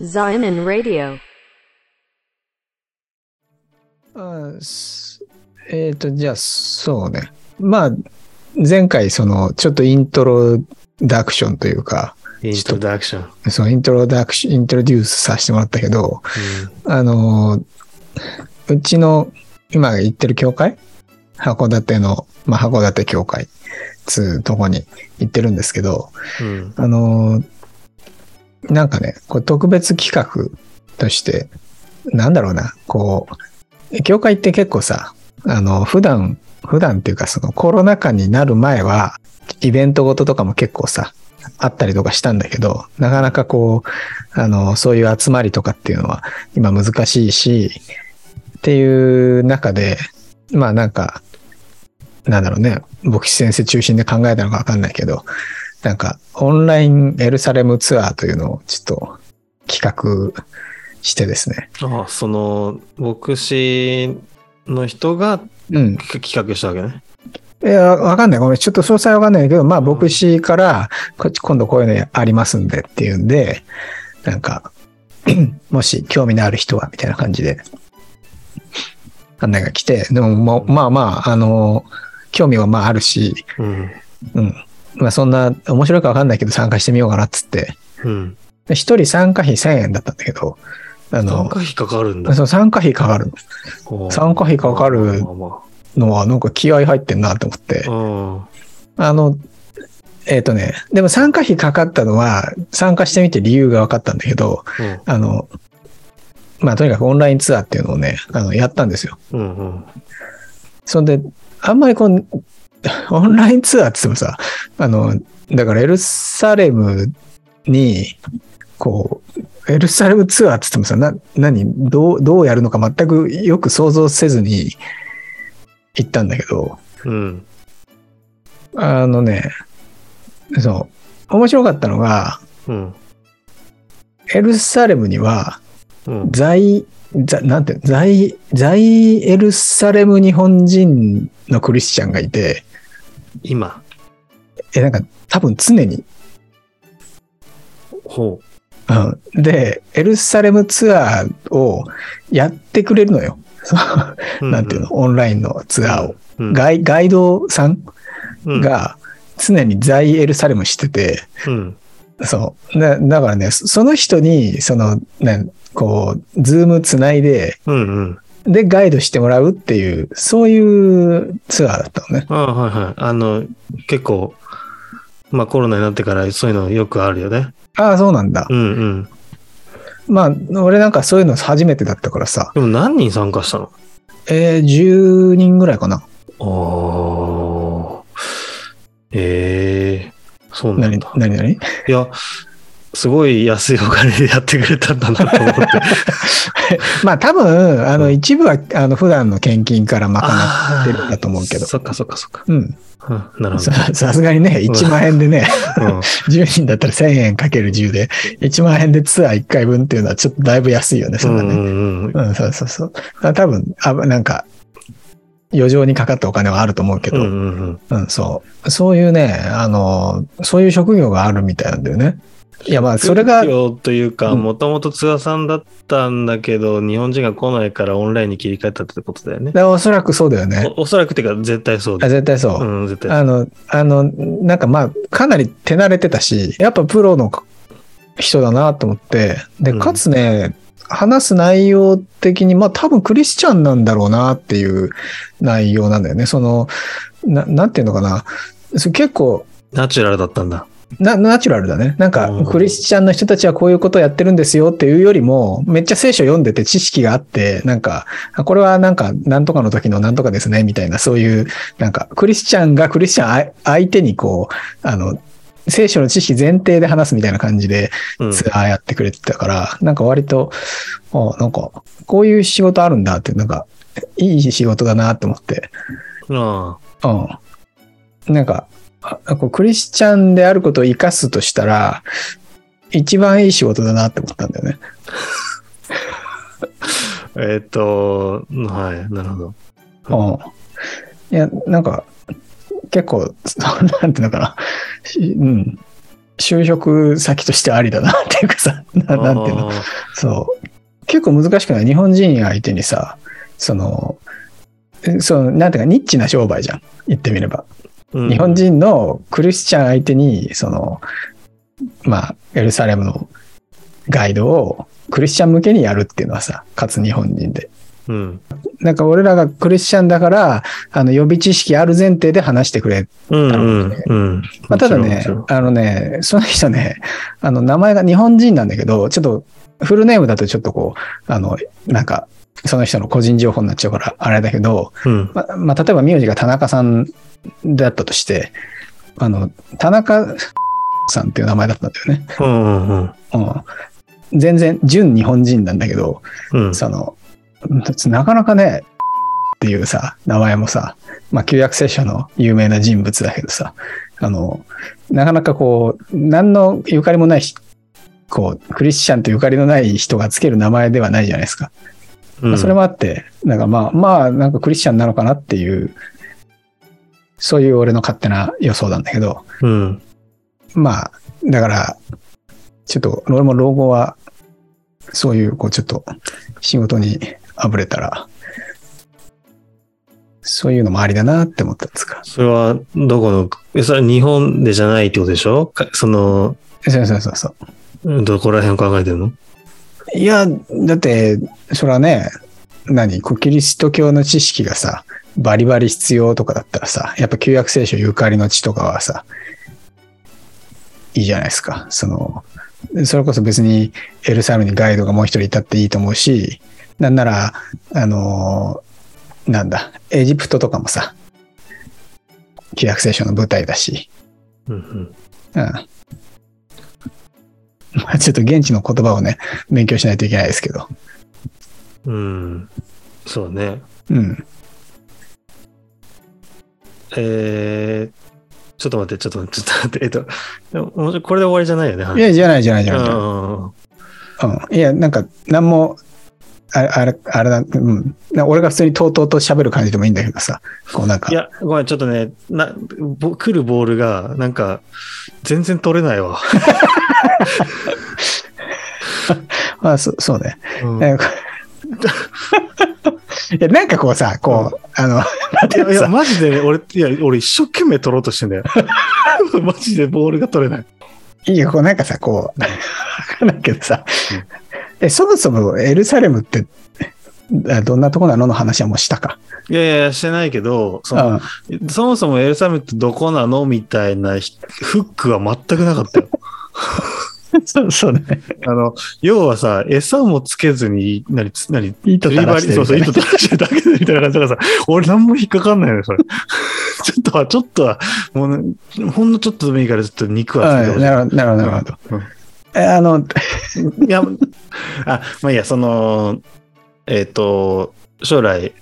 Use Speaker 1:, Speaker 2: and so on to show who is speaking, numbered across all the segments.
Speaker 1: Zion Radio.
Speaker 2: あすえっ、と、じゃあ、そうね。まあ、前回、その、ちょっとイントロダクションというか、
Speaker 3: イントロダクション。
Speaker 2: そのイントロダクション、イントロデュースさせてもらったけど、あのー、うちの、今行ってる教会函館の、まあ、函館教会、つうとこに行ってるんですけど、
Speaker 3: うんうん
Speaker 2: あのーなんかね、こう特別企画として、なんだろうな、こう、教会って結構さ、あの、普段、普段っていうかそのコロナ禍になる前は、イベントごととかも結構さ、あったりとかしたんだけど、なかなかこう、あの、そういう集まりとかっていうのは今難しいし、っていう中で、まあなんか、なんだろうね、牧師先生中心で考えたのかわかんないけど、なんか、オンラインエルサレムツアーというのをちょっと企画してですね。
Speaker 3: あその、牧師の人が
Speaker 2: うん。
Speaker 3: 企企画したわけね。
Speaker 2: いや、わかんない。ごめん。ちょっと詳細はわかんないけど、まあ、牧師から、こっち今度こういうのありますんでっていうんで、なんか、 もし興味のある人は、みたいな感じで、案内が来て、でも、まあまあまあ、あの、興味はまああるし、
Speaker 3: うん。
Speaker 2: うん。まあ、そんな、面白いかわかんないけど参加してみようかなっつって、
Speaker 3: うん。
Speaker 2: で一人参加費1000円だったんだけど、あ
Speaker 3: 参
Speaker 2: の、
Speaker 3: 加費かかるんだ。
Speaker 2: そう参加費かかるの。 参加費かかる
Speaker 3: まあまあ
Speaker 2: のはなんか気合入ってんなと思って
Speaker 3: まあ。うん。
Speaker 2: あの、えっ、とね、でも参加費かかったのは、参加してみて理由が分かったんだけど、
Speaker 3: うん
Speaker 2: あの、まあとにかくオンラインツアーっていうのをね、あの、やったんですよ。
Speaker 3: うんうん。
Speaker 2: そんで、あんまりこう、オンラインツアーって言ってもさ、あの、だからエルサレムに、こう、エルサレムツアーって言ってもさ、な、何、どう、どうやるのか全くよく想像せずに行ったんだけど、
Speaker 3: うん。
Speaker 2: あのね、そう、面白かったのが、
Speaker 3: うん。
Speaker 2: エルサレムには、
Speaker 3: うん。
Speaker 2: 在、在なんて、在、在エルサレム日本人のクリスチャンがいて、
Speaker 3: 今。
Speaker 2: え、なんか多分常に、
Speaker 3: ほ
Speaker 2: うん、で、エルサレムツアーをやってくれるのよ。そう
Speaker 3: う。
Speaker 2: なんていうの、オンラインのツアーを。
Speaker 3: うん、
Speaker 2: ガイガイドさん
Speaker 3: うん、
Speaker 2: が常に在エルサレムしてて、
Speaker 3: うん。
Speaker 2: そう。だだからね、そその人に、その、ね、こう、ズームつないで、
Speaker 3: うんうん。
Speaker 2: で、ガイドしてもらうっていう、そういうツアーだったのね。
Speaker 3: ああはいはい。あの、結構、まあコロナになってからそういうのよくあるよね。
Speaker 2: ああ、そうなんだ
Speaker 3: う。んうん。
Speaker 2: まあ、俺なんかそういうの初めてだったからさ、
Speaker 3: でも何人参加したの
Speaker 2: えー、10人ぐらいかな。
Speaker 3: ああ。ええそうな
Speaker 2: 何
Speaker 3: ん、だ。
Speaker 2: 何、何
Speaker 3: いや、すごい安いお金でやってくれたんだなと 思って。
Speaker 2: まあ、多分、あ
Speaker 3: う
Speaker 2: の、
Speaker 3: ん
Speaker 2: 一部は、あの、普段の献金から賄
Speaker 3: あ
Speaker 2: ってるんだと思うけど
Speaker 3: そっかそっかそっか。
Speaker 2: う。うん。
Speaker 3: うん、なるほど
Speaker 2: さ。さすがにね、1万円で ね、
Speaker 3: うん
Speaker 2: 10人だったら1000円かける10で、1万円でツアー1回分っていうのはちょっとだいぶ安いよね、そんなね。
Speaker 3: うんうん
Speaker 2: うん、そうそうそう。あ多分あなんか、余剰にかかったお金はあると思うけ
Speaker 3: う
Speaker 2: ど、
Speaker 3: んう
Speaker 2: うん、
Speaker 3: んうん。
Speaker 2: そう。そういうね、あの、そういう職業があるみたいなんだよね。いや、まあ、それが、
Speaker 3: 宗教というか、
Speaker 2: うん
Speaker 3: もともと津田さんだったんだけど、日本人が来ないからオンラインに切り替えたってことだよね。
Speaker 2: でおそらくそうだよね。
Speaker 3: おおそらくっていうか、絶対そう
Speaker 2: あ
Speaker 3: だ。
Speaker 2: 絶対そうう。
Speaker 3: ん、絶対。
Speaker 2: あの、あの、なんかまあ、かなり手慣れてたし、やっぱプロの人だなと思って、で、
Speaker 3: うん
Speaker 2: かつね、話す内容的に、まあ多分クリスチャンなんだろうなっていう内容なんだよね。その、ななんていうのかな。そう結構、
Speaker 3: ナチュラルだったんだ。
Speaker 2: な、ナチュラルだね。なんか
Speaker 3: うん、
Speaker 2: クリスチャンの人たちはこういうことをやってるんですよっていうよりも、めっちゃ聖書読んでて知識があって、なんか、あこれはなんか、なんとかの時のなんとかですね、みたいな、そういう、なんか、クリスチャンがクリスチャンあい相手にこう、あの、聖書の知識前提で話すみたいな感じで、
Speaker 3: うん。
Speaker 2: ツアーやってくれてたから、なんか割と、あなんか、こういう仕事あるんだって、なんか、いい仕事だなって思って、
Speaker 3: あ
Speaker 2: うん。なんか、あこうクリスチャンであることを生かすとしたら、一番いい仕事だなって思ったんだよね。
Speaker 3: あえっ、と、はい、なるほど。
Speaker 2: うん。いや、なんか、結構、そうなんていうのかな。しうん。就職先としてはありだなっていうかさ、 ななんていうの
Speaker 3: あー
Speaker 2: そう。結構難しくない日本人相手にさ、その、えその、なんていうか、ニッチな商売じゃん。言ってみれば。
Speaker 3: うん
Speaker 2: 日本人のクリスチャン相手に、その、まあ、エルサレムのガイドをクリスチャン向けにやるっていうのはさ、かつ日本人で。
Speaker 3: うん。
Speaker 2: なんか俺らがクリスチャンだから、あの予備知識ある前提で話してくれ。
Speaker 3: うん。うん
Speaker 2: なる。
Speaker 3: うん。
Speaker 2: まあ、ただ
Speaker 3: も
Speaker 2: ね
Speaker 3: ちろんも、
Speaker 2: あのね、その人ね、あの名前が日本人なんだけど、ちょっとフルネームだとちょっとこう、あの、なんか、その人の個人情報になっちゃうから、あれだけど、
Speaker 3: ちろんうん。
Speaker 2: まあ、まあ、例えば名字が田中さんだったとして、あの、田中さんっていう名前だったんだよね。
Speaker 3: うんうんうん。
Speaker 2: うん。全然、純日本人なんだけど、
Speaker 3: うん。
Speaker 2: その、なかなかね、っていうさ、名前もさ、まあ、旧約聖書の有名な人物だけどさ、あの、なかなかこう、何のゆかりもないし、こう、クリスチャンとゆかりのない人がつける名前ではないじゃないですか。
Speaker 3: うん
Speaker 2: それもあって、なんかまあ、まあ、なんかクリスチャンなのかなっていう、そういう俺の勝手な予想なんだけど、
Speaker 3: うん。
Speaker 2: まあ、だから、ちょっと、俺も老後は、そういう、こう、ちょっと、仕事にあぶれたら、そういうのもありだなって思ったんですか。
Speaker 3: それは、どこの、え、それは日本でじゃないってことでしょかその、
Speaker 2: そうそうそうそう。
Speaker 3: どこら辺を考えてるの
Speaker 2: いや、だって、それはね、何、こうキリスト教の知識がさ、バリバリ必要とかだったらさ、やっぱ旧約聖書ゆかりの地とかはさ、いいじゃないですか。その、それこそ別にエルサレムにガイドがもう一人いたっていいと思うし、なんなら、あの、なんだ、エジプトとかもさ、旧約聖書の舞台だし、
Speaker 3: うんうん。
Speaker 2: うんまあちょっと現地の言葉をね、勉強しないといけないですけど。
Speaker 3: うん。そうね。
Speaker 2: うん。
Speaker 3: えー、ちょっと待って、ちょっと待って、ちょっと待って、えっと、でも面白いこれで終わりじゃないよね。
Speaker 2: いや、じゃないじゃないじゃないじゃ
Speaker 3: うん
Speaker 2: ない。うん。いや、なんか、なんも、あれ、あれ、あれだ、うん。な俺が普通にとうとうと喋る感じでもいいんだけどさ。こうなんか
Speaker 3: い、や、ごめん、ちょっとね、な、ぼ来るボールが、なんか、全然取れないわ。
Speaker 2: まあ、そそうね。
Speaker 3: うん
Speaker 2: なんかいや、なんかこうさ、こう、あの、なんて
Speaker 3: い
Speaker 2: いう
Speaker 3: や、
Speaker 2: の
Speaker 3: いや
Speaker 2: さ、
Speaker 3: マジでね、俺、いや、俺一生懸命取ろうとしてんだ よ。マジでボールが取れない。
Speaker 2: いや、こうなんかさ、こう、わかんないけどさ、え、そもそもエルサレムって、あどんなとこなのの話はもうしたか。
Speaker 3: いやいや、してないけど、その
Speaker 2: うん。
Speaker 3: そもそもエルサレムってどこなのみたいなひフックは全くなかったよ。
Speaker 2: そうそうね。
Speaker 3: あの、要はさ、餌もつけずに、なに、なに、
Speaker 2: 糸垂らして
Speaker 3: そう
Speaker 2: る
Speaker 3: そう、
Speaker 2: みた
Speaker 3: 糸
Speaker 2: い
Speaker 3: 垂らしてるだけでみたいな感じだからさ、俺なんも引っかかんないのよ、それ。ちょっとは、ちょっとは、もうね、ほんのちょっとでもいいから、ちょっと肉はつ
Speaker 2: な。う
Speaker 3: けてほ
Speaker 2: ん
Speaker 3: しい
Speaker 2: なるほど、なるほど、なるほど。えあの、
Speaker 3: うんいや、あ、まあいいや、その、えっ、と、将来、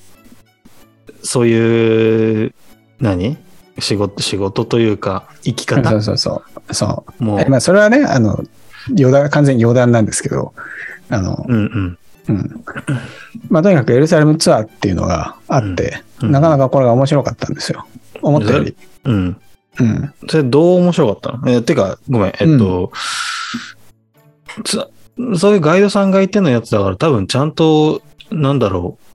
Speaker 3: そういう、何仕事、仕事というか、生き
Speaker 2: そ
Speaker 3: 方
Speaker 2: うそうそう。そ
Speaker 3: もう
Speaker 2: う。、まあ、それはね、あの、余談、完全に余談なんですけど、あの、
Speaker 3: うんうん
Speaker 2: うん。まあ、とにかくエルサレムツアーっていうのがあって、
Speaker 3: うん。
Speaker 2: なかなかこれが面白かったんですよ。思ったより。
Speaker 3: うん。
Speaker 2: うん。
Speaker 3: それどう面白かったのえーてか、ごめん、えっと、つそういうガイドさんがいてのやつだから多分ちゃんと、なんだろう。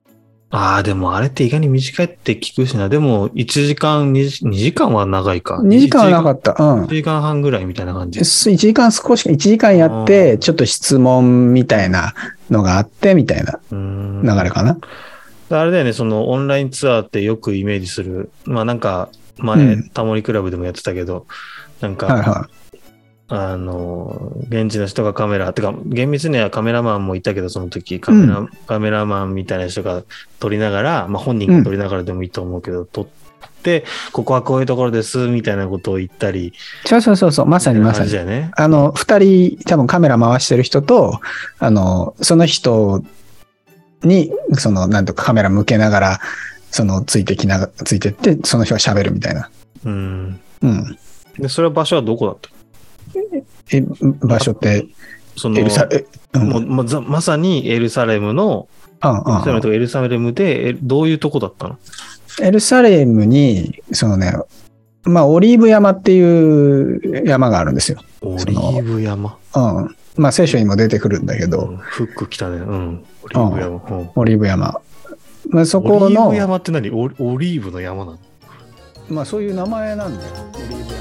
Speaker 3: ああ、でもあれって意外に短いって聞くしな。でも1時間2時、2時間は長いか。
Speaker 2: 2時間はなか
Speaker 3: っ
Speaker 2: った。うん
Speaker 3: 1。時間半ぐらいみたいな感じ。
Speaker 2: す1時間少し、1時間やっ
Speaker 3: う
Speaker 2: て、
Speaker 3: ん
Speaker 2: ちょっと質問みたいなのがあって、みたいな
Speaker 3: うーん
Speaker 2: 流れかな。
Speaker 3: あれだよね、そのオンラインツアーってよくイメージする。まあなんか、
Speaker 2: う
Speaker 3: 前
Speaker 2: ん、
Speaker 3: タモリクラブでもやってたけど、なんか、
Speaker 2: はいは
Speaker 3: あの、現地の人がカメラ、てか、厳密にはカメラマンもいたけど、その時、カメラ、
Speaker 2: う
Speaker 3: カメラマンみたいな人が撮りながら、まあ本人が撮りながらでもいいと思うけど、撮って、ここはこういうところです、みたいなことを言ったり、
Speaker 2: い。そうそうそうそう、まさにまさ
Speaker 3: み
Speaker 2: に
Speaker 3: た。いな感じだよね。
Speaker 2: あの、二人、多分カメラ回してる人と、あの、その人に、その、なんとかカメラ向けながら、その、ついてきなが、ついてって、その人が喋るみたいな。
Speaker 3: うん。
Speaker 2: うん。
Speaker 3: で、それは場所はどこだった
Speaker 2: え、場所って、
Speaker 3: その、
Speaker 2: エルサ、え、うん、
Speaker 3: もうまざまさにエルサレムの、
Speaker 2: うん
Speaker 3: エルサレ
Speaker 2: う
Speaker 3: ム
Speaker 2: ん
Speaker 3: とかエルサレムで、えどういうとこだったの
Speaker 2: エルサレムに、そのね、まあ、オリーブ山っていう山があるんですよ。
Speaker 3: オリーブ山。
Speaker 2: うん。まあ、聖書にも出てくるんだけ
Speaker 3: う
Speaker 2: ど、
Speaker 3: ん、フック来たね。うん。オリーブ山。うん
Speaker 2: オリーブ山。まあ、そこ
Speaker 3: オリー
Speaker 2: の
Speaker 3: ブ、山って何オリオリーブの山なの
Speaker 2: まあ、そういう名前なんだよ。オリーブ山